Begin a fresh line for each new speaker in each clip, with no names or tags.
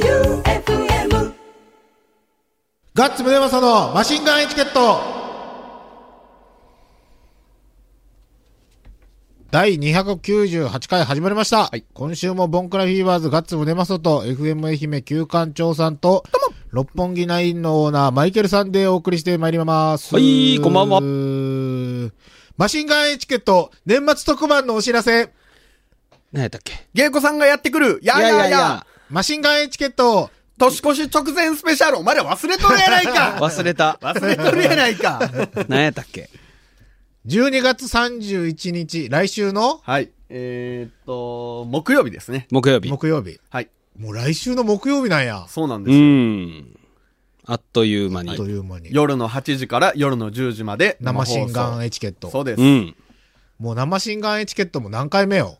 J-O-E-U-F-M
ガッツムネマソのマシンガンエチケット第298回始まりました。今週もボンクラフィーバーズガッツムネマソと FM 愛媛旧館長さんと、六本木ナインのオーナーマイケルさんでお送りしてまいります。
はいこんばん
は。マシンガンエチケット年末特番のお知らせ。
何やったっけ
芸妓さんがやってくる、やいやいや
マシンガンエチケット
年越し直前スペシャル、お前ら 忘れとるやないか
忘れた。
忘れとるやないか
何やったっけ
12月31日、来週の
はい。えー、っと、木曜日ですね。
木曜日。
木曜日。
はい。
もう来週の木曜日なんや。
そうなんで
う
すよ。
ん。あっという間
あっ
に。
という間に。
夜の8時から夜の10時まで
生心眼
エ
エチケッ
そ
ト。
うです。
うん。
もう生心眼エチケットも何回目よ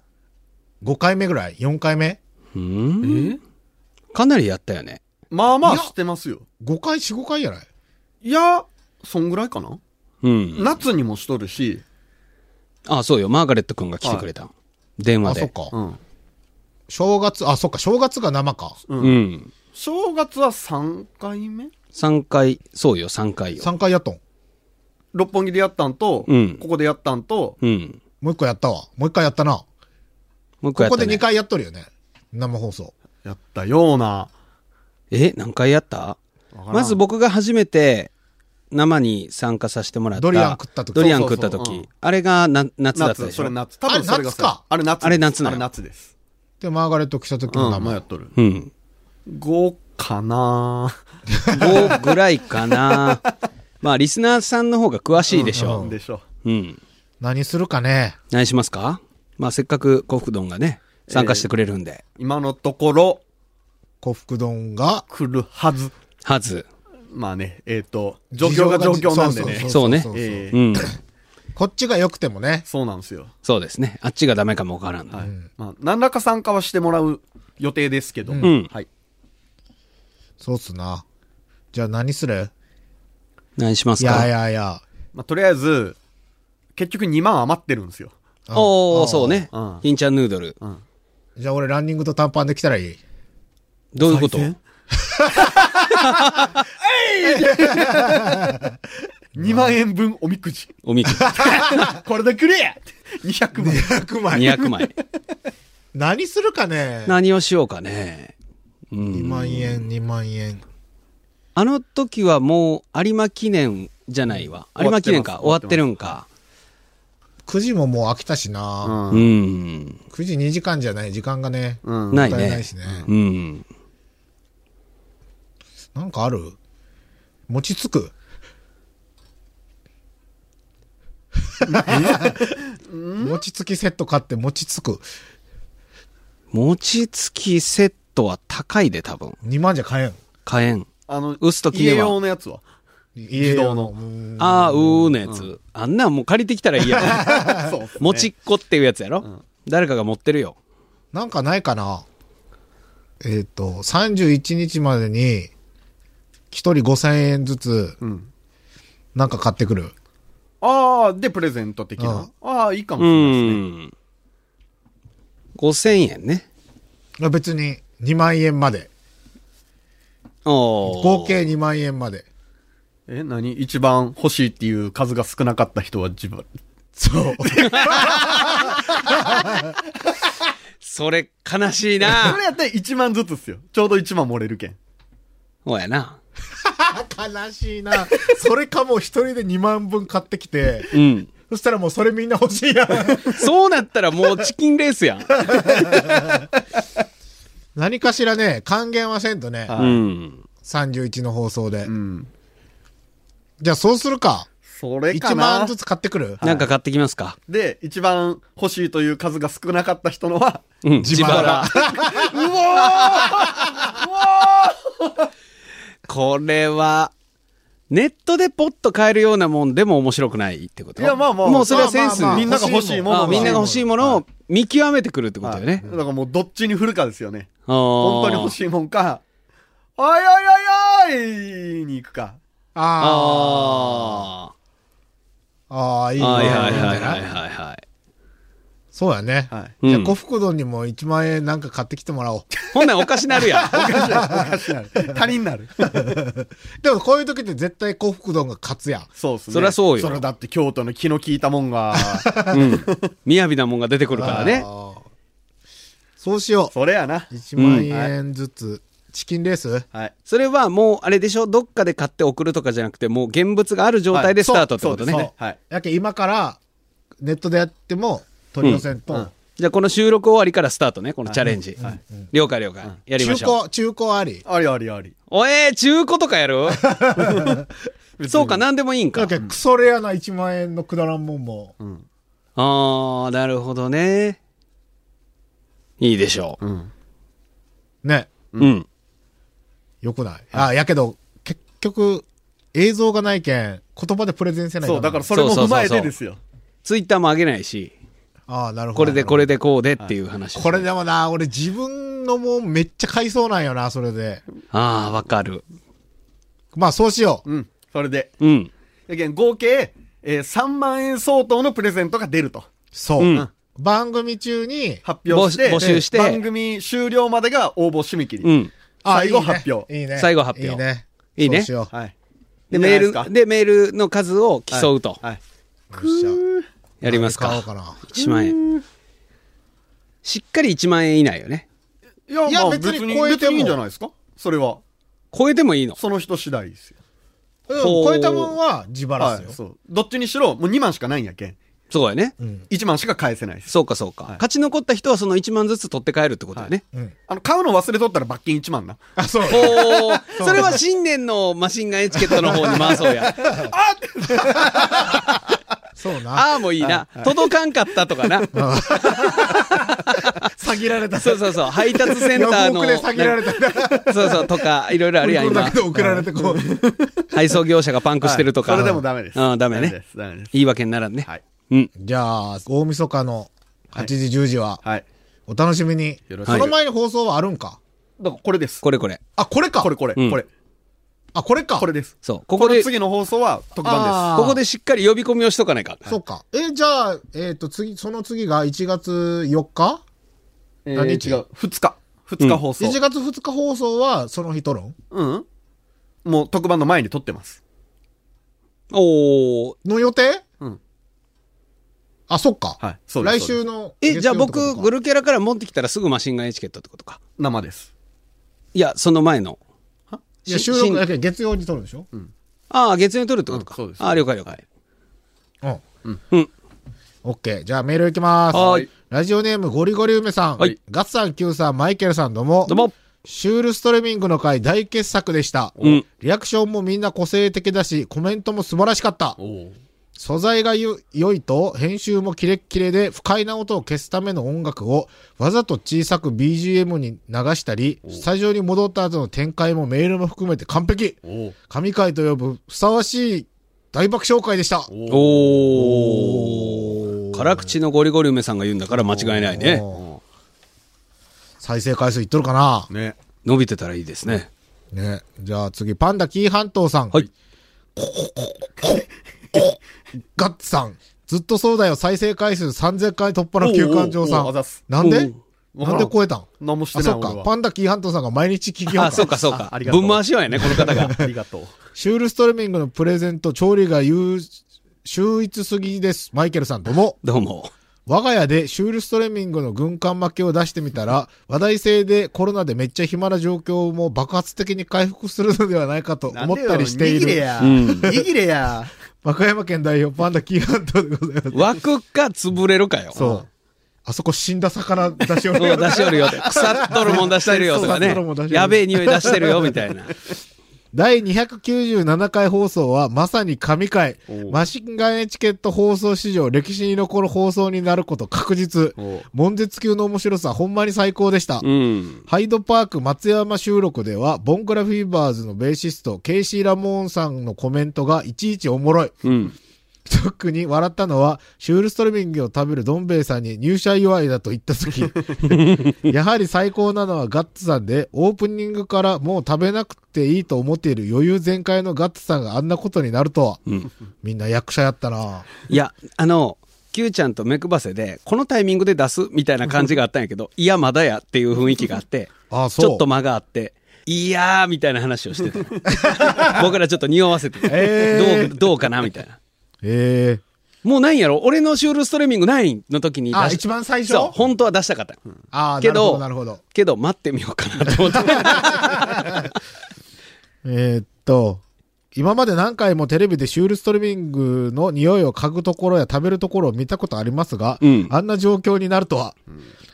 ?5 回目ぐらい ?4 回目
うんかなりやったよね。
まあま
い
あ
や
知ってますよ。
?5 回、4、5回やない
いや、そんぐらいかな、
うん。
夏にもしとるし、
あ、そうよ。マーガレットくんが来てくれた。電話
あ、
で。
そっか
う。ん。
正月、あ、そっか、正月が生か。
うん。
正月は3回目
3回、そうよ、3回よ。
3回やっとん。
六本木でやったんと、
うん
ここでやったんと、
うん。
もう1個やったわ。もう1回やったな。
もう一
こ
回や
こ
った、
で
ね。
2回やっとるよね。生放送。
やったような。
え、何回やった
わからん
まず僕が初めて生に参加させてもらった。
ドリアン食った時
ドリアン食った時。
そうそうそううん
あれがな夏だった
夏、
でしょ
それ夏。多分それが
あれ夏か
あれ夏です。
あれ夏な
あ
の
れ夏です。
で、マーガレット来た時
う
の
ん、生
生。
やっとる。
うん。
5かな
5ぐらいかな。 まあ、リスナーさんの方が詳しいでしょ
でしょ。
う。うん。
何するかね。
何しますかまあ、せっかくコフドンがね、参加してくれるんで。
今のところ、
幸福丼が、
来るはず。
はず。
まあね、えっ、と、状況が状況なんでね。
そうね
ええ
うん。
こっちが良くてもね。
そうなんですよ。
そうですね。あっちがダメかもわからん。
はい。まあ、何らか参加はしてもらう予定ですけど。
ん
はい。
そうっすな。じゃあ何する
何します
い
か
やいやいや。
まあ、とりあえず、結局2万余ってるんですよ。
おー、そうね
うん。
ヒンちゃんヌードル。
じゃあ俺ランニングと短パンで来たらいい
どういうこと
再2万円分おみ くじ。
おみくじ。
これでく れ !200 万。
100枚
200枚。
何するかね
何をしようかね。
2万円2万円
あの時はもう有馬記念じゃないわ。有馬記念か。終
終
わ
わ
っ
っててます
るんか。
9時ももう飽きたしな、
う
うん
ん。
9時2時間じゃない時間がね、
うん。
ない
もったいな
ね
いしね。
うん。
なんかある餅つく 餅つきセット買って餅つく
餅つきセットは高いで多分。
2万じゃ買えん
買えん。
あの、
打つ時には
家用のや つは。
家用
自動の
うん
あーうーのやつ。あんなんもう借りてきたらいいや ろ。
そうっすね
もちっこっていうやつやろ、誰かが持ってるよ。
なんかないかなえっ、と31日までに1人5000円ずつ
うん。
なんか買ってくる
ああ、で、プレゼント的な。ああ、いいかもし
う
れないですね。
ん。5000円ね。
別に2万円まで
おー
合計2万円まで
え、何一番欲しいっていう数が少なかった人は自分。
そう
それ悲しい
そ
な。
れやったら1万ずつっすよ。ちょうど1万漏れるけん。
そうやな。
悲しいなそれかもう1人で2万分買ってきて
うん。
そしたらもうそれみんな欲しいやん
そうなったらもうチキンレースやん。
何かしらね還元はせんとね
は
うん。
31の放送で、
うん。
じゃあそうするか
それか
1
な。
万ずつ買ってくる
なんか買ってきますか。
で、一番欲しいという数が少なかった人のは、
うん。
自腹
自腹これは、ネットでポッと買えるようなもんでも面白くないってこと
いやまあまあ
もうそれはセンス。
まあまあまあ
みんなが欲しいもの
あみんなが欲しいものを見極めてくるってことよね
はい。だからもうどっちに振るかですよね。
本
本当に欲
い。
しいもんか、おいおいおいおいに行くか。
あ
あ
あああい
あ。
いね
はいはいはい
いいんじゃ
はい
ない
はいはい。
そうやね。
はい
じゃあ、
うん
小福丼にも1万円なんか買ってきてもらおう。
ほんならおかしなるやん。
おかしなる。おかしなる。他人になる。
でも、こういう時って絶対小福丼が勝つやん。
そうっすね。
そりゃそうよ
それだって京都の気の利いたも んが、
うん。雅なもんが出てくるからね。
あー。そうしよ
それやな
う。。1万円ずつ、チキンレース
はい。
それはもう、あれでしょどっかで買って送るとかじゃなくて、もう現物がある状態でスタートってことね。
はいそうそうですはい。
やけ、今から、ネットでやっても、取り寄せんと。
うんうん
じゃあこの収録終わりからスタートね、このチャレンジ。了解了解。やりましょう。
中古、中古あり。
ありありあり。
おえー、中古とかやるそうか、なんでもいいん
だ
か。
けどクソレアな1万円のくだらんもんも、
あー、なるほどね。いいでしょう。
ね、
うん。
よくない。あ、やけど、結局、映像がないけん、言葉でプレゼンせない
そう、だからそれも踏まえてですよ。
ツイッターも上げないし、
ああ、なるほど。
これでこれでこうでっていう話。
これでもな、俺自分のもんめっちゃ買いそうなんよな、それで。
あー、わかる。
まあ、そうしよう。
うん。それで。
うん。
やけん合計、えー、3万円相当のプレゼントが出ると。
そう。
うん
番組中に、
発表して、
募集募集して
えー番組終了までが応募締め切り。
うん。
あ
最後発表
いいね。いいね
最後発
い
表
いね。
いいね
そうしよう。
はい。
で、
いいんじゃ
メ
ないすか
ール、で、メールの数を競うと。
はいはい。
よっし
やります
ゃ買おう
か。
かな。
1万円。しっかり1万円以内よね。
いや、
いや
まあ
別
別
に
に、
超えても
別にいいんじゃないですかそれは。
超えてもいいの。
その人次第ですよ。
うん、
ほう
超えたもんは自腹っ
はい。
すよ。
そう。どっちにしろ、もう2万しかないんやけん。
そうやね。
1万しか返せないです。
そうかそうか、
はい
勝ち残った人はその1万ずつ取って帰るってことだね。
うん。
あの、買うの忘れとったら罰金1万な。
あ、そう。
おーそれは新年のマシンガンエチケットの方に回そう や。
そうな。
ああもういいな。届かんかったとかな。
下げられた。
そうそうそう。配達センターの。
欲で下げられた。
そうそう。とか、いろいろあるやん、
これだ
今
け。で送られてこう。
配送業者がパンクしてるとか。
はいそれでもダメです。
うん、ダメ
で
ね。
す。ダメです。
言い訳にならんね。
はい。
うん。
じゃあ、大晦日の8時、10時は、
はい。
お楽しみに。
よろしく
その前に放送はあるんか
だからこれです。
これこれ。
あ、これか。
これこれ、
うん
これ。
あ、これか。
これです。
そう。
こ
ここ
の
で、こ
次の放送は特番
あー
こでしっかり呼び込みをしとかないか。
そうか。え、じゃあ、えっ、と、次、その次が1月4日
です。
何
え
日
ー違う。2日。2日放送。
?1 月2日放送は、その日撮るん
うんもう特番の前に撮ってます。
おー。
の予定
うん。
あ、そっか。
はいそうで
来
す
週の月曜
え、じゃあ僕、グ
ル
ルキャラから持ってきたらすぐマシンガンエチケットってことか。
生です。
いや、その前の。
いや、
し
収
しん
録だけど月曜に撮るでしょうん。
ああ、月曜に撮るってことか。
うんそうです
ああ、了解了解。うん。
オッケー。じゃあメールいきます。
はーい。
ラジオネームゴリゴリ梅さん。
はい
ガッツさん、キューさん、マイケルさん、どうも。
どうも。
シュールストレミングの回大傑作でした。
うん
リアクションもみんな個性的だし、コメントも素晴らしかった。
お
素材がゆ良いと、編集もキレッキレで不快な音を消すための音楽をわざと小さく BGM に流したり、スタジオに戻った後の展開もメールも含めて完璧
お
神回と呼ぶふさわしい大爆笑会でした
おー。辛口のゴリゴリ梅さんが言うんだから間違いないね。
おー再生回数いっとるかな
ね。
伸びてたらいいですね。
ね。じゃあ次、パンダキー半島さん。
はい。
ガッツさん。ずっとそうだよ。再生回数3000回突破の休館長さ
おーおーおーあざ
ん
っす。
なんで
おー
なんで超えたん
何もして
あ、
ない
そっ
俺
か。
は。
パンダキーハントさんが毎日聞きよう
あ、そう
か。
かそう
あ
か
あり。がとう
ぶん回しはやね、こ の方が。
ありがとう。
シュールストレミングのプレゼント、調理が優秀逸すぎです。マイケルさん、どうも。
どうも。
我が家でシュールストレミングの軍艦負けを出してみたら、話題性でコロナでめっちゃ暇な状況も爆発的に回復するのではないかと思ったりしてい
握れ
る。
や。
うん
握れや。
和歌山県代表パンダキーハントでございます。
枠か潰れるかよ。
そう。あそこ死んだ魚出しお
う
る
ん。出しよるよって。腐っとるもん出してるよとか
腐っ
ね
とるもん出し。てる
やべえ匂い出してるよ、みたいな。
第297回放送はまさに神回。
おう
マシンガンエチケット放送史上歴史に残る放送になること確実
おう。
悶絶級の面白さほんまに最高でした。
うん。
ハイドパーク松山収録では、ボンクラフィーバーズのベーシスト、ケイシー・ラモーンさんのコメントがいちいちおもろい。
うん。
特に笑ったのは、シュールストレミングを食べるどん兵衛さんに入社祝いだと言った 時やはり最高なのはガッツさんで、オープニングからもう食べなくていいと思っている余裕全開のガッツさんがあんなことになるとは。
うん。
みんな役者やったな。
いや、あの、 Q ちゃんと目くばせで、このタイミングで出すみたいな感じがあったんやけど、いや、まだやっていう雰囲気があって、
あそう
ちょっと間があって、いやーみたいな話をして て。僕らちょっと匂わせて、
えー
どう、どうかなみたいな。
ええ
もうないんやろ俺のシュールストリーミング9の時に出し
あ一番最初
そう、本当は出したかった。
ああ、な
け
るほど、
ど
なるほど。
けど、待ってみようかなと思って。
えーっと、今まで何回もテレビでシュールストリーミングの匂いを嗅ぐところや食べるところを見たことありますが、
うん
あんな状況になるとは、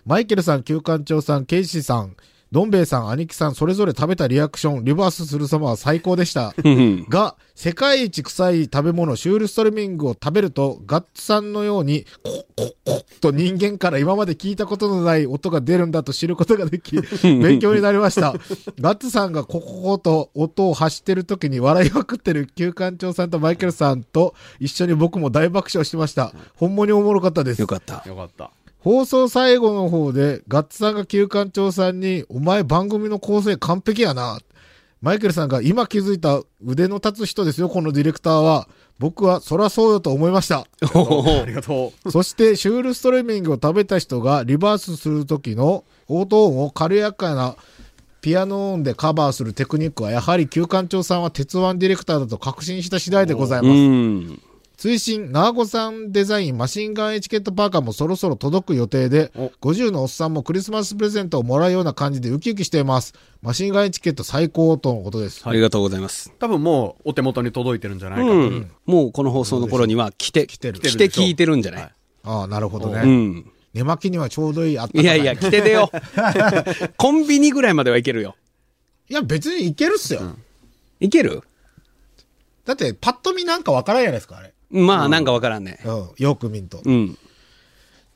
マイケルさん、旧館長さん、ケイシーさん、どん兵衛さん、兄貴さん、それぞれ食べたリアクション、リバースする様は最高でした。
うん
が、世界一臭い食べ物、シュールストリーミングを食べると、ガッツさんのように、コッコッコッと人間から今まで聞いたことのない音が出るんだと知ることができ、勉強になりました。ガッツさんがコココと音を発してる時に笑いまくってる旧館長さんとマイケルさんと一緒に僕も大爆笑してました。ほんまにおもろかったです
よ。かった。
よかった。
放送最後の方で、ガッツさんが旧館長さんに、お前番組の構成完璧やな。マイケルさんが今気づいた腕の立つ人ですよ、このディレクターは。僕はそらそうよと思いました。
ありがとう。
そして、シュールストリーミングを食べた人がリバースする時の応答音を軽やかなピアノ音でカバーするテクニックは、やはり旧館長さんは鉄腕ディレクターだと確信した次第でございます。
うん。
追伸、ナーゴさんデザインマシンガンエチケットパーカーもそろそろ届く予定で、50のおっさんもクリスマスプレゼントをもらうような感じでウキウキしています。マシンガンエチケット最高とのことです。
ありがとうございます。
多分もうお手元に届いてるんじゃないかと。
うん。もうこの放送の頃には来て、来
てる
来て聞いてるんじゃない、
ああ、なるほど
う
ね。
ん。
寝巻きにはちょうどいいあったか
い
い
やいや、来ててよ。 コンビニぐらいまではいけるよ。
いや、別にいけるっすよ。
いける
だって、パッと見なんかわからんじゃないですか、あれ。
まあ、なんかわからんね。
うん、よく見んと。
うん。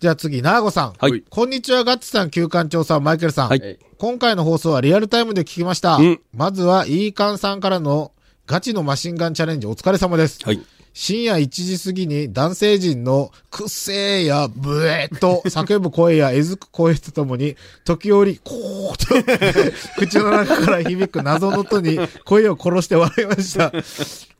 じゃあ次、ナーゴさん。
はい
こんにちは、ガッツさん、旧館長さん、マイケルさん。
はい
今回の放送はリアルタイムで聞きました。
うん
まずは、イーカンさんからのガチのマシンガンチャレンジお疲れ様です。
はい。
深夜1時過ぎに男性陣のくっせーやブエーと叫ぶ声やえずく声とともに、時折、こーっと口の中から響く謎の音に声を殺して笑いました。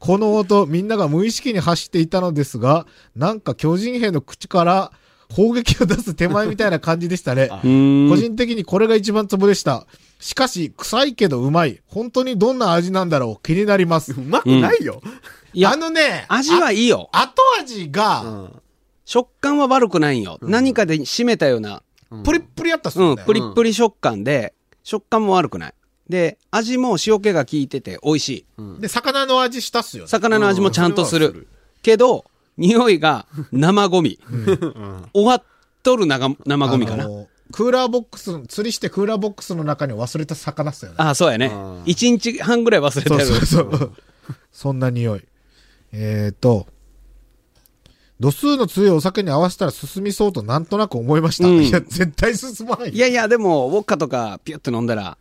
この音、みんなが無意識に走っていたのですが、なんか巨人兵の口から砲撃を出す手前みたいな感じでしたね。
うん
個人的にこれが一番ツボでした。しかし、臭いけどうまい。本当にどんな味なんだろう気になります
う。まくないよ。
いや
あのね、
味はいいよ。
あ後味が、
食感は悪くないんよ。何かで締めたような、
プリップリやったっす
う
よ
ん、
ね。
プリップリ食感で、食感も悪くない。で、味も塩気が効いてて美味しい。
で、魚の味したっすよね。
魚の味もちゃんとす
うんそれは
る。けど、匂いが生ゴ ミ。終わっとる生生ゴミかな
あ。のクーラーボックス、釣りしてクーラーボックスの中に忘れた魚っすよね。
ああ、そうやね。一日半ぐらい忘れて
そう
る。
そうそう。そんな匂い。えーと、度数の強いお酒に合わせたら進みそうとなんとなく思いました。
うん
いや、絶対進まない。
いやいや、でも、ウォッカとかピュッと飲んだら、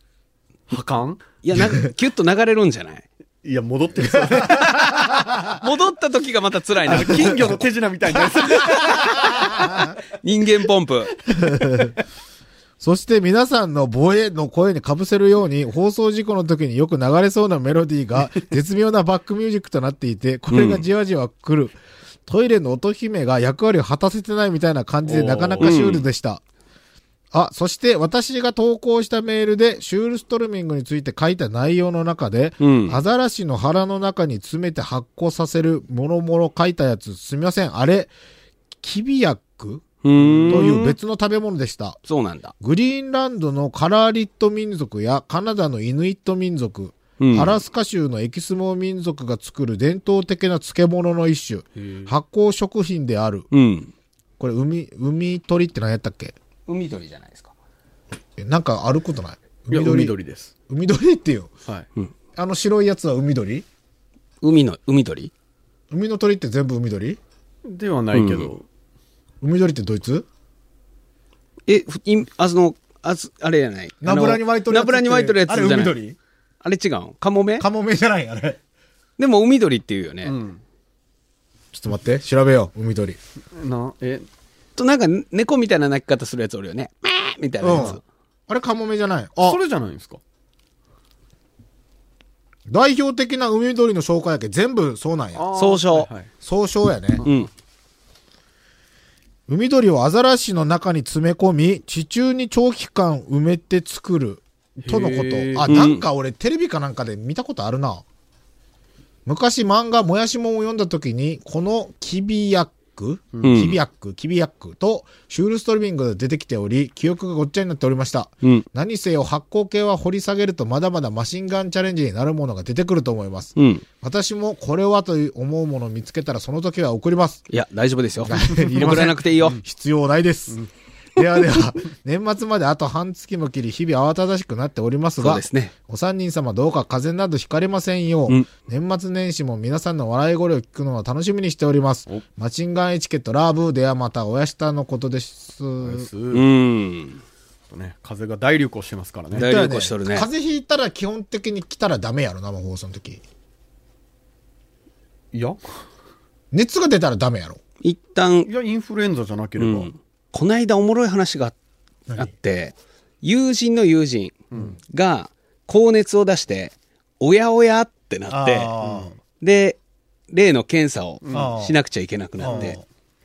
破管
いや、なんか、 キュッと流れるんじゃない
いや、戻 ってる。そう
戻った時がまた辛いな。
金魚の手品みたいなやつ。
人間ポンプ。
そして皆さんの防衛の声に被せるように、放送事故の時によく流れそうなメロディー が絶妙なバックミュージックとなっていて、これがじわじわ来る。トイレの乙姫が役割を果たせてないみたいな感じで
おー
なかなかシュールでした。あ、そして私が投稿したメールでシュールストルミングについて書いた内容の中で、
うん
アザラシの腹の中に詰めて発酵させるもろもろ書いたやつ、すみません。あれ、キビヤック
と
とい
いう
別の食べ物でした。
そうなんだ。
グリーンランドのカラーリット民族やカナダのイヌイット民族、
うん
アラスカ州のエキスモ民族が作る伝統的な漬物の一種、発酵食品である。
うん。
これ、海、海鳥って何やったっけ
海鳥じゃないですか。
えなんかあることない
いや、
海鳥
海鳥です。
海鳥ってよ。
はい。
あの白いやつは海鳥
海の、海鳥
海の鳥って全部海鳥
ではないけど、
海鳥ってドイツ
え、ふいあの、あすあれじゃない。
ナブラに湧いとるやつ
やつ。ナブラに湧いとるやつじゃない。
あれ海鳥
あれ違うカモメ
カモメじゃないあれ。
でも海鳥っていうよね。
ちょっと待って、調べよう、海鳥。
な、え、
と、なんか猫みたいな鳴き方するやつおるよね。メーみたいうなやつ。
ん。あれカモメじゃない。あ
そ、れじゃないんですか
代表的な海鳥の紹介やけ全部そうなんや。
あー
総称
はいはい
総称やね。
うん。
海鳥をアザラシの中に詰め込み、地中に長期間埋めて作る。とのこ
へー
と。あ、なんか俺、テレビかなんかで見たことあるな。昔漫画、もやしもんを読んだ時に、このキビヤック、
ん
キビヤック、キビヤックと、シュールストリミングで出てきており、記憶がごっちゃになっておりました。
うん。
何せよ発光系は掘り下げるとまだまだマシンガンチャレンジになるものが出てくると思います。
うん。
私もこれはという思うものを見つけたらその時は送ります。
いや、大丈夫です よ。
いりません
送らなくていいよ。
必要ないです。ではでは、 年末まであと半月も切り、日々慌ただしくなっております
そう
が
で、すね。
お三人様どうか風邪などひかれませんよう、
うん
年末年始も皆さんの笑い声を聞くのを楽しみにしております。マチンガンエチケットラーブではまたおやしたのことです。
です
うん。
ね、風が大流行してますからね。
大流行しとるね。
風邪ひいたら基本的に来たらダメやろ、生放送の時。
いや、
熱が出たらダメやろ。
一旦
い、や、インフルエンザじゃなければ。
うんこないだおもろい話があって、友人の友人が高熱を出して、おやおやってなって、
あ
で、例の検査を
ん
しなくちゃいけなくなっ
あ
て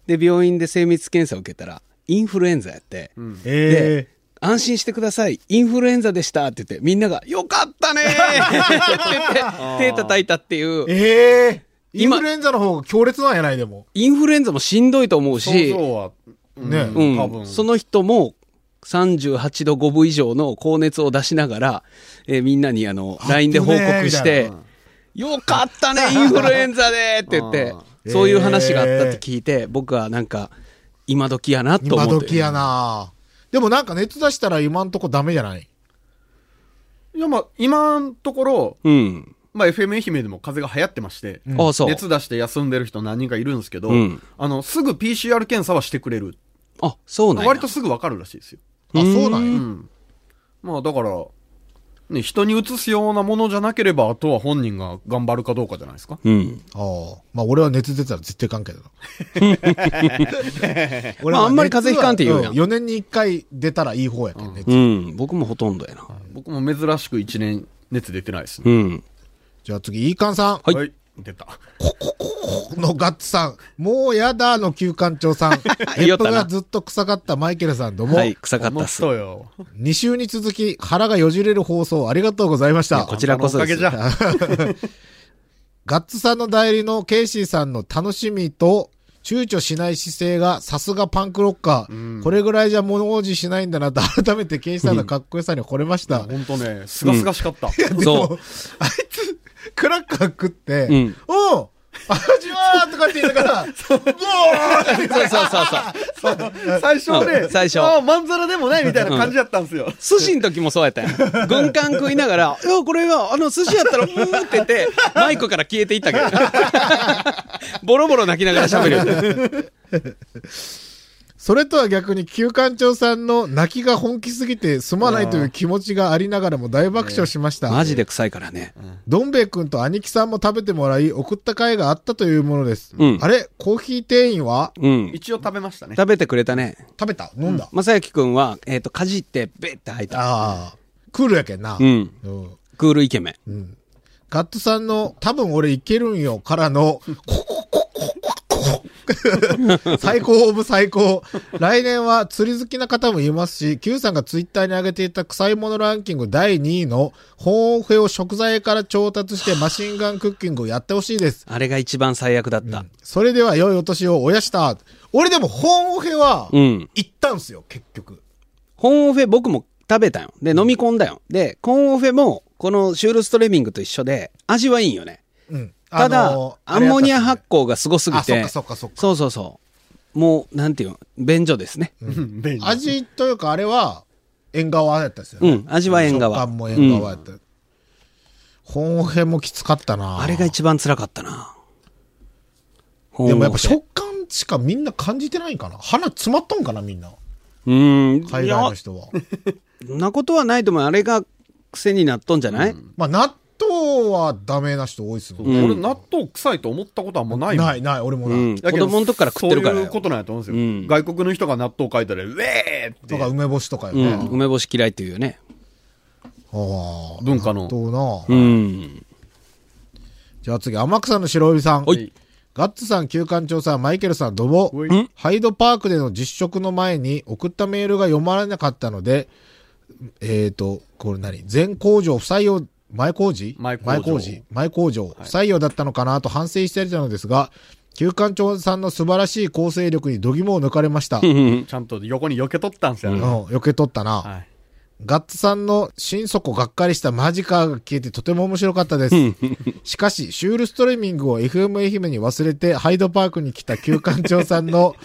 ー、
で、病院で精密検査を受けたら、インフルエンザやって、
ー
で
ええ、
安心してください、インフルエンザでしたって言って、みんなが、よかったねー って言って、手叩いたっていう、
ええイン
今
フルエンザの方が強烈なんやないでも。
インフルエンザもしんどいと思う
症
し、
状は、
ね
うん、
多分。
その人も38度5分以上の高熱を出しながら、えーみんなにあの、LINE で報告して、よかったね、インフルエンザでって言って、そういう話があったって聞いて、僕はなんか、今時やなと思
今
って。
時やなでもなんか熱出したら今んとこダメじゃない
いや、まあ、今のところ、
うん。
まあ、FM 愛媛でも風が流行ってまして、
ああ、そう。
熱出して休んでる人何人かいるんですけど、
うん
あの、すぐ PCR 検査はしてくれる。
あ、そうなんや
割とすぐわかるらしいですよ。
あ、そうなんや。
まあ、だから、ね、人に移すようなものじゃなければ、あとは本人が頑張るかどうかじゃないですか。
うん。
ああ。まあ俺は熱出たら絶対いか んけどな。俺
まああんまり風邪ひかんって言うやん
4年に1回出たらいい方やけんね。
うん。僕もほとんどやな。
僕も珍しく一年熱出てないですね。
うん。
じゃあ次、イーカンさん。
はい
出た。
このガッツさん。もうやだの旧館長さん。ネ
言
ッ
おっ
ト
たな
がずっと臭かったマイケルさんどうも。
はい、臭かっ
も
たっ
っ
す。
とよ。
2週に続き腹がよじれる放送ありがとうございました。
こちらこそです
あんたのおかげじゃ。
ガッツさんの代理のケイシーさんの楽しみと、躊躇しない姿勢がさすがパンクロッカー。これぐらいじゃ物おじしないんだなと改めてケイシーさんのかっこよさに惚れました。
ほんとね、すがすがしかった。
そう。
あいつ、クラッカー食って、
うん
おう味わーとかって言いながら、
そうそうそうそう。
最初は
う
ね、
ん最初
ああ、まんざらでもないみたいな感じだったんですよ。
寿司の時もそうやった んや。軍艦食いながら、いや、これは、あの、寿司やったら、うーって言って、マイクから消えていっ たけど。ボロボロ泣きながら喋 る。
それとは逆に、旧館長さんの泣きが本気すぎてすまないという気持ちがありながらも大爆笑しました。
マジで臭いからね。
どん兵衛くんと兄貴さんも食べてもらい、送った回があったというものです。
うん
あれコーヒー店員は
うん。
一応食べましたね。
食べてくれたね。
食べた飲んだ、
まさゆきくんは、えっ、と、かじって、べって吐いた。
ああ。クールやけんな。
うん。
うん
クールイケメン。
ガットさんの、多分俺いけるんよからの、コココココココ 最高オブ最高。来年は釣り好きな方もいますし、Q さんがツイッターに上げていた臭いものランキング第2位の、本オフェを食材から調達してマシンガンクッキングをやってほしいです。
あれが一番最悪だった。
それでは良いお年をおやした。俺でも本オフェは
うん。、
行ったんすよ、結局。
コーンオフェ僕も食べたよ。で、飲み込んだよ。で、コーンオフェも、このシュールストレミングと一緒で、味はいいんよね。
うん。
た
あ
だ、
の
アンモニア発酵がすごすぎ
あ、そってか、そっかそっか。
そうそうそう。もう、なんていうの、便所ですね。
うん便利
味というかあれは縁側やったですよ
う
ね、
ん、味は縁側。
食感も縁
う
側
ん
やった、本編もきつかったな
あれが一番辛かったな。
でもやっぱ
ショッ
食感しかみんな感じてないんかな鼻詰まっとんかなみんな
うーん。
海
い
外
や
の、人は
そんなことはないと思う。あれが癖になっとんじゃない、
まあ納豆はダメな人多いっすもん、
うん
俺、納豆臭いと思ったことあんまないもん
ないない俺もない、
うん
だけど
子供の時から食ってるからよ
そういうことなんやと思うんですよ。
うん
外国の人が納豆書いたら、ウェーっ
とか
て。
梅干しとかよ
う
ね、
ん。梅干し嫌いっていうね。
ああ
文化の
納豆な、
うん。
じゃあ次天草の白帯さん
はい
ガッツさん、旧館長さん、マイケルさん、どうも。
おい
ん
ハイドパークでの実食の前に送ったメールが読まれなかったので、えっ、と、これ何全工場不採用、前工事
前工場
前工事前工場不採用だったのかなと反省していたのですが、旧館長さんの素晴らしい構成力に度肝を抜かれま した。う、
うんん
ちゃんと横に避けとったんすよ、ね
避けとったな。
はい。
ガッツさんの心底がっかりしたマジかが消えてとても面白かったです。しかし、シュールストリーミングを FM 愛媛に忘れて、ハイドパークに来た旧館長さん の、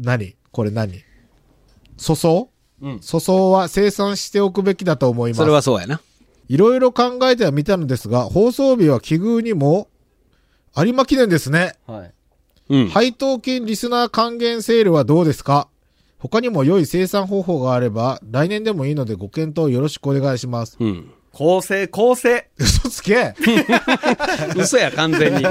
何これ何粗相
うん
粗相は生産しておくべきだと思います。
それはそうやな。
いろいろ考えてはみたのですが、放送日は奇遇にも、有馬記念ですね。
はい。
うん。
配当金リスナー還元セールはどうですか他にも良い生産方法があれば、来年でもいいのでご検討よろしくお願いします。
うん。
構成、構成。
嘘つけ
嘘や、完全に。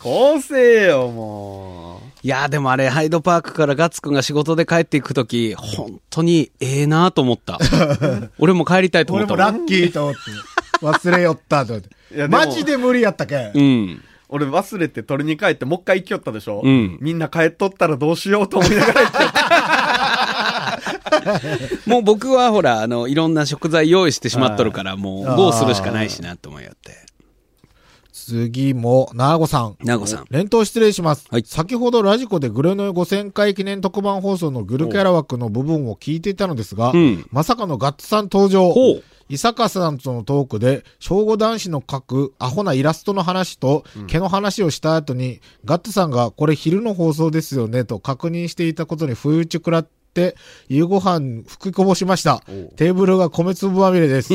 構成よ、も
いや、でもあれ、ハイドパークからガッツくんが仕事で帰っていくとき、本当にええなと 思った。俺も帰りたいと思
俺
った
も
も
ラッ
ん。
キーと思って、忘れよったと思っ
い
て。
やでも
マジで無理やったけ
う。ん。
う。俺忘れて取りに帰って、もう一回行きよったでしょ
うん
みんな帰っとったらどうしようと思いながら行きよった。
もう僕はほら、あの、いろんな食材用意してしまっとるから、もう、ゴーするしかないしなと思いよって。
次も、なあごさん。
なごさん。
連投失礼します。
はい
先ほどラジコでグレノイ5000回記念特番放送のグルキャラ枠の部分を聞いていたのですが、
うん
まさかのガッツさん登場。
ほう
伊坂さんとのトークで、小五男子の描くアホなイラストの話と、毛の話をした後に、ガッツさんがこれ昼の放送ですよねと確認していたことに不意打ち食らって、夕ご飯吹きこぼしました。テーブルが米粒まみれ です。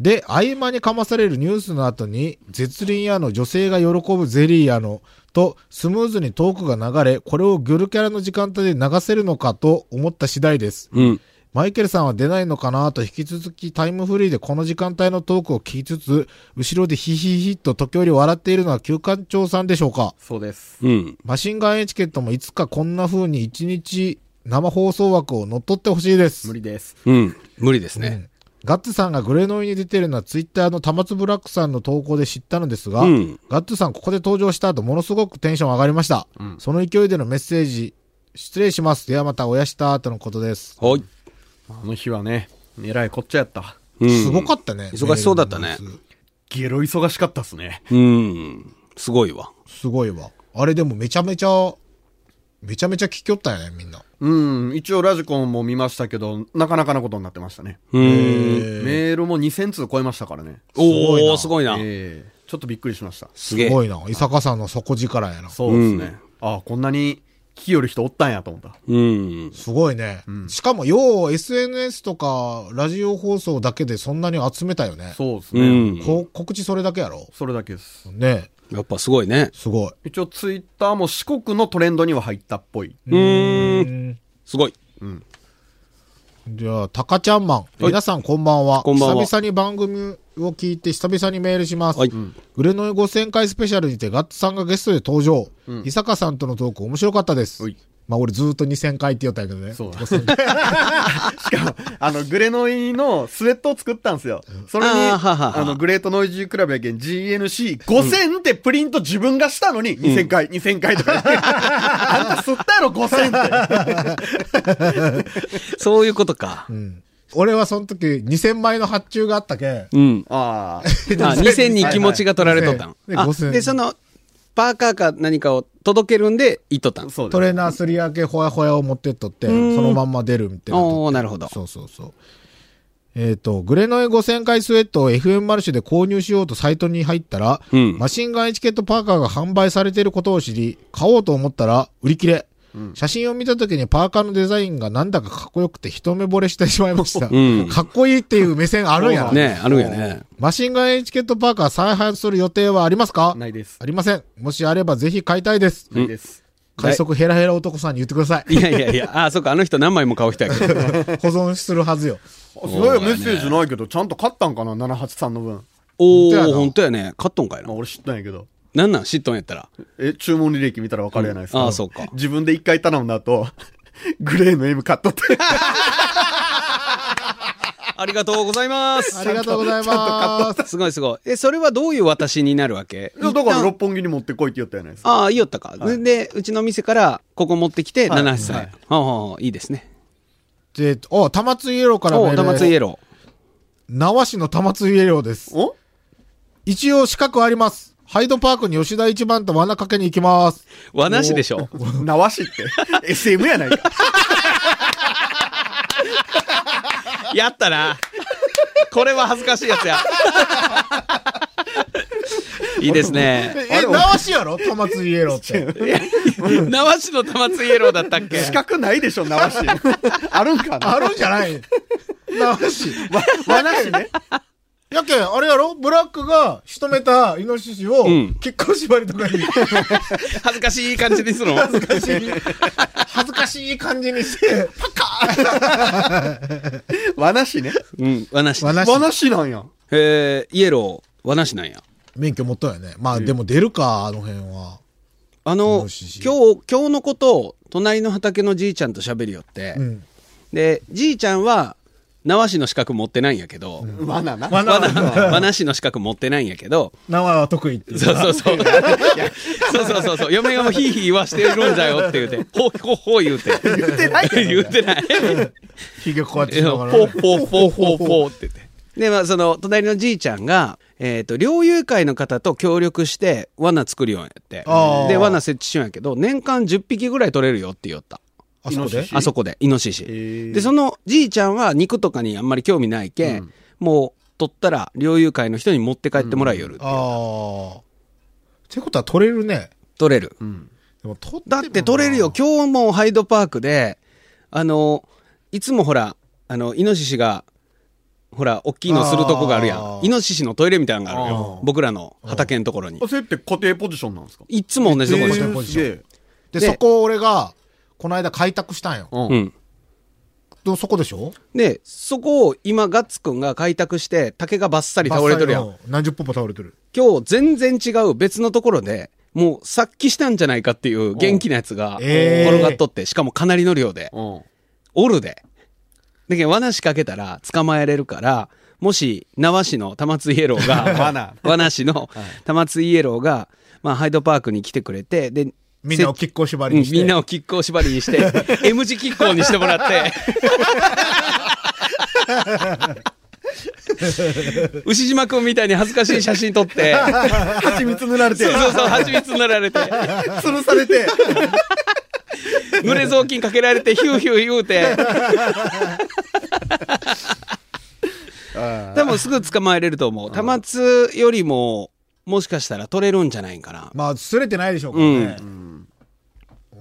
で、合間にかまされるニュースの後に、絶倫屋の女性が喜ぶゼリー屋の、と、スムーズにトークが流れ、これをグルキャラの時間帯で流せるのかと思った次第です。
うん。
マイケルさんは出ないのかなと引き続きタイムフリーでこの時間帯のトークを聞きつつ、後ろでヒヒヒと時折笑っているのは旧館長さんでしょうか
そうです。
うん。
マシンガンエチケットもいつかこんな風に一日生放送枠を乗っ取ってほしいです。
無理です。
うん。無理ですね。
ガッツさんがグレノイに出てるのはツイッターの玉津ブラックさんの投稿で知ったのですが、
うん
ガッツさんここで登場した後ものすごくテンション上がりました。その勢いでのメッセージ、失礼します。ではまたおやしたとのことです。
ほい。
あの日はね、えらいこっちゃやった。
うん
すごかったね。
忙しそうだったね
ゲロ忙しかったっすね。
うん。すごいわ。
すごいわ。あれでもめちゃめちゃ、めちゃめちゃ聞きよったよね、みんな。
うん、一応ラジコンも見ましたけど、なかなかなことになってましたね。
うん。
メールも2000通超えましたからね。
おー、すごいな。
ええちょっとびっくりしました。
すげ
す
え。
ごいな。伊坂さんの底力やな。
そうですね。ああ、こんなに聞きよる人おったんやと思った。
うん。
すごいね。しかも、よう SNS とか、ラジオ放送だけでそんなに集めたよね。
そうです
う
ね。
ん。
こ告知それだけやろ。
それだけです。
ね
やっぱすごいね。
すごい。
一応ツイッターも四国のトレンドには入ったっぽい。
うん。すごい。
じゃあ、タカちゃんマン。皆さんこんばんは。
こんばんは
久々に番組を聞いて、久々にメールします。
はい。
売れの5000回スペシャルにてガッツさんがゲストで登場。伊坂さんとのトーク面白かったです
はい。
まあ俺ずーっと2000回って言ったんやけどね。
そうだ
5000
しかも、あの、グレノイのスウェットを作ったんですよ。それに、
あーはは
あ
は
の、グレートノイジークラブやけん GNC5000 ってプリント自分がしたのに、2000回、2000回 とか言って。あんた吸ったやろ、5000って。
そういうことか。
うん俺はその時2000枚の発注があったけ。
うん。
ああ。
あ、2000に気持ちが取られとったん。
はいはい
あ
5000
で、その、パーカーか何かを届けるんで、行っとったん。
そう
ト
です。
レーナーすり分けほやほやを持ってっとって、そのまんま出るみたいなと。
おー、なるほど。
そうそうそう。えっ、と、グレノイ5000回スウェットを FM マルシェで購入しようとサイトに入ったら、
うん
マシンガンエチケットパーカーが販売されていることを知り、買おうと思ったら売り切れ。写真を見た時にパーカーのデザインがなんだかかっこよくて一目惚れしてしまいました。
ん
かっこいいっていう目線あるんやな。
ねあるよね。
マシンガンエチケットパーカー再販する予定はありますか
ないです
あ。りません。もしあればぜひ買いたいです。
ないです。
快速ヘラヘラ男さんに言ってください。
いやいやいや、あ、そっか、あの人何枚も買う人やけど。
保存するはずよ。
あすごいメッセージないけど、ちゃんと勝ったんかな、783の分。
お
本当や
ー、
な
本当やね。買っとんかいな
まあ。俺知ったんやけど。
なんなん知っとんやったら。
え、注文履歴見たらわかるやないですか。
うんああそうか
自分で一 回頼んだ後、グレーの M 買っとって。
ありがとうございます。
ありがとうござい
ちゃんとカ
ま
ッ
す。
すごいすごい。え、それはどういう私になるわけ
いやだか
一
ら
旦
六本木に持ってこいって言ったやないですか。
ああ、いいよったか。で、うちの店から、ここ持ってきて、
はい
7歳。
は
はいい、はあはあいいですね。
で、お、玉津イエローからメー
お、
ル
玉津イエロ
縄市の玉津イエローです。
お
一応資格あります。ハイドパークに吉田一番と罠かけに行きます。
ー。和なしでし ょ。
なわしって。SM やないか。
やったな。これは恥ずかしいやつや。いいで すね。
え、縄市やろ玉津イエローって。
縄市の玉津イエローだったっけ
資格ないでしょ、なわし。 あるんかな
あるんじゃない縄市。
わ、わなしね。
やけん、あれやろブラックが仕留めたイノシシを
ん、
結婚縛りとかに、
恥ずかしい感じにするの
恥ずかしい、恥ずかしい感じにして、
わなしね。
うん、和なし。
罠
わなしなんや。
えー、イエロー、和なしなんや。
免許持ったよね。まあ、でも出るか、あの辺は。
あ
イノ
の、今
シシ
日、今日のことを、隣の畑のじいちゃんと喋りよって、
うん。
で、じいちゃんは、縄市の資格持ってないんやけど、
わなな。
わな
和な和なしの資格持ってないんやけど、
縄は得意っていう。
そうそうそう。そうそうそうそう。嫁がもうヒーヒー言わしてるんだよって言うて、ほうほうほう言うて。言うてない 言うてない。
ひげこうやってしながら
ほう
ね。
ほうほうほうほうって言って。で、まあその、隣のじいちゃんが、えっ、と、猟友会の方と協力して、罠作るようやって
あー。
で、罠設置しようんやけど、年間10匹ぐらい取れるよって言おった。
あそこ
イノ
で
シシ
あそこで、イノシシ。
ー
で、そのじいちゃんは肉とかにあんまり興味ないけ、ん、もう、取ったら、猟友会の人に持って帰ってもらいよる。
ああ。ってことは取れるね。
取れる。
でも取っても
だ
な
って取れるよ。。今日もハイドパークで、あの、いつもほら、あの、イノシシが、ほら、大きいのするとこがあるや
あ
ん。
ー
イノシシのトイレみたいなのがある
あ
よ
ー。
僕らの畑のところに。
それって固定ポジションなんですか
いつも同じとこ
え
で
ー
しょ。
ポジション
えーすげえ
で、
で
そこを俺が、この間開拓したんよ。
う。
うんん。
でもそこでしょ
で、そこを今、ガッツくんが開拓して、竹がバッサリ倒れとるやん。。
何十本も倒れとる。
今日、全然違う別のところで、もう殺気したんじゃないかっていう元気なやつが
えー
転がっとって、しかもかなりの量で。
うん。
おるで。だけど、罠仕掛けたら捕まえれるから、もし、縄市の玉津イエロー
罠
が、罠市の玉津イエローが、まあ、ハイドパークに来てくれて、で、
みんなを
せ
きっこ縛
う
りに
ん
して。
みんなをキックを縛りに して、M 字キックをにしてもらって、牛島くんみたいに恥ずかしい写真 撮って、
蜂蜜塗られて
そう、そうそう、蜂蜜塗られて、
吊るされて、
濡れ雑巾かけられて、ヒューヒュー言うて、多分すぐ捕まえれると思う。玉津よりも、もしかしたら取れるんじゃないんかな。
まあ、すれてないでしょうからね。
う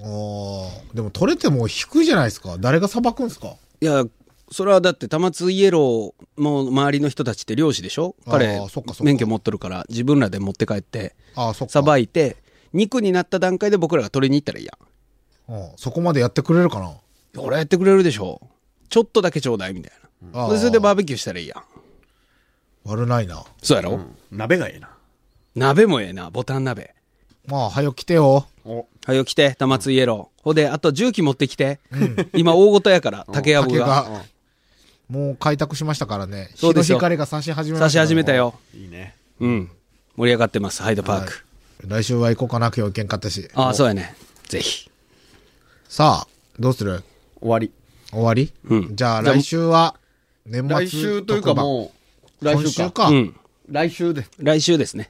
おーでも取れても低いじゃないですか。誰が裁くんすか
いや、それはだって玉津イエローの周りの人たちって漁師でしょ
あー
彼
そっかそっか、
免許持っとるから、自分らで持って帰って、
ああ、そっか。
さばいて、肉になった段階で僕らが取りに行ったらいいやん。
うんそこまでやってくれるかな
俺やってくれるでしょちょっとだけちょうだい、みたい
あ
な。
ー
それでバーベキューしたらいいやん。
悪ないな。
そうやろ、
鍋がええな。
鍋もええな、ボタン鍋。
まあ、はよ来てよ。
お、
はよ来て、玉津イエロー。ほで、あと重機持ってきて。今大ごとやから、竹やぶ
竹
が。
が。もう開拓しましたからね。
そうですよ
日の光が差し始めました
差し始めたよ。
いいね。
うん。盛り上がってます、ハイドパーク。
来週は行こうかな、今日行けんかったし。
ああ、そうやね。ぜひ。
さあ、どうする
終わり。
終わり、
うん
じゃあ
じゃあ
来週は、年末
来週というかもう、来
今
週
週
か。
か、
うん。
来週で。
来週ですね。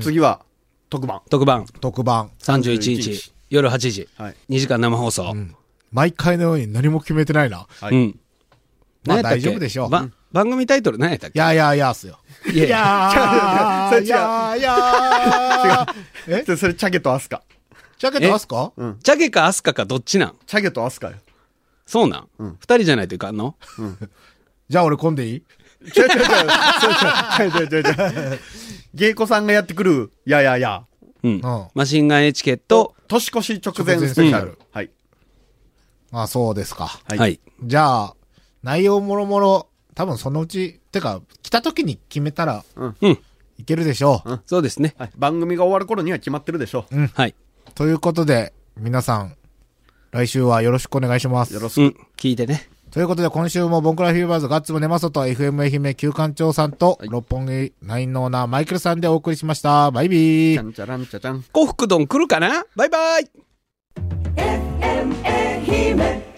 次は、特番。
特番、
特番。
31
31
日、夜8時
はい、
2時間生放送。うん。
毎回のように何も決めてないな。
はい
まあ
何やったっけ
大丈夫でしょう
ば番組タイトル何やったっ
い
け
やいやいやっすよ。
いやいや、
や
違う違う違う
いやいやえ
でそれ、チャゲとアスカ。
ジャケットあすか
チャゲかアスカかどっちなん
チャゲとアスカよ。
そうなん二人じゃないといかんの
じゃあ俺混んでいい
違う違う違う。そう違う違う違う違う違う。芸妓さんがやってくる、ややや。
うん
うん。
マシンガンエチケット。
年越し直前スペシャル。はい。
あ、そうですか。
はい
はい。
じゃあ、内容もろもろ、多分そのうち、てか、来た時に決めたら、
うん。
いけるでしょう。
そうですね。
はい。番組が終わる頃には決まってるでしょう。
はい。
ということで、皆さん、来週はよろしくお願いします。
よろしく
うん。聞いてね。
ということで、今週もボンクラフィーバーズガッツムネマソと FM 愛媛旧館長さんと、六本木ナインのオーナーマイケルさんでお送りしました。バイビー
ちゃ。んちゃらんちゃちゃん。
幸福丼来るかなバイバイ
M-A-H-I-M-E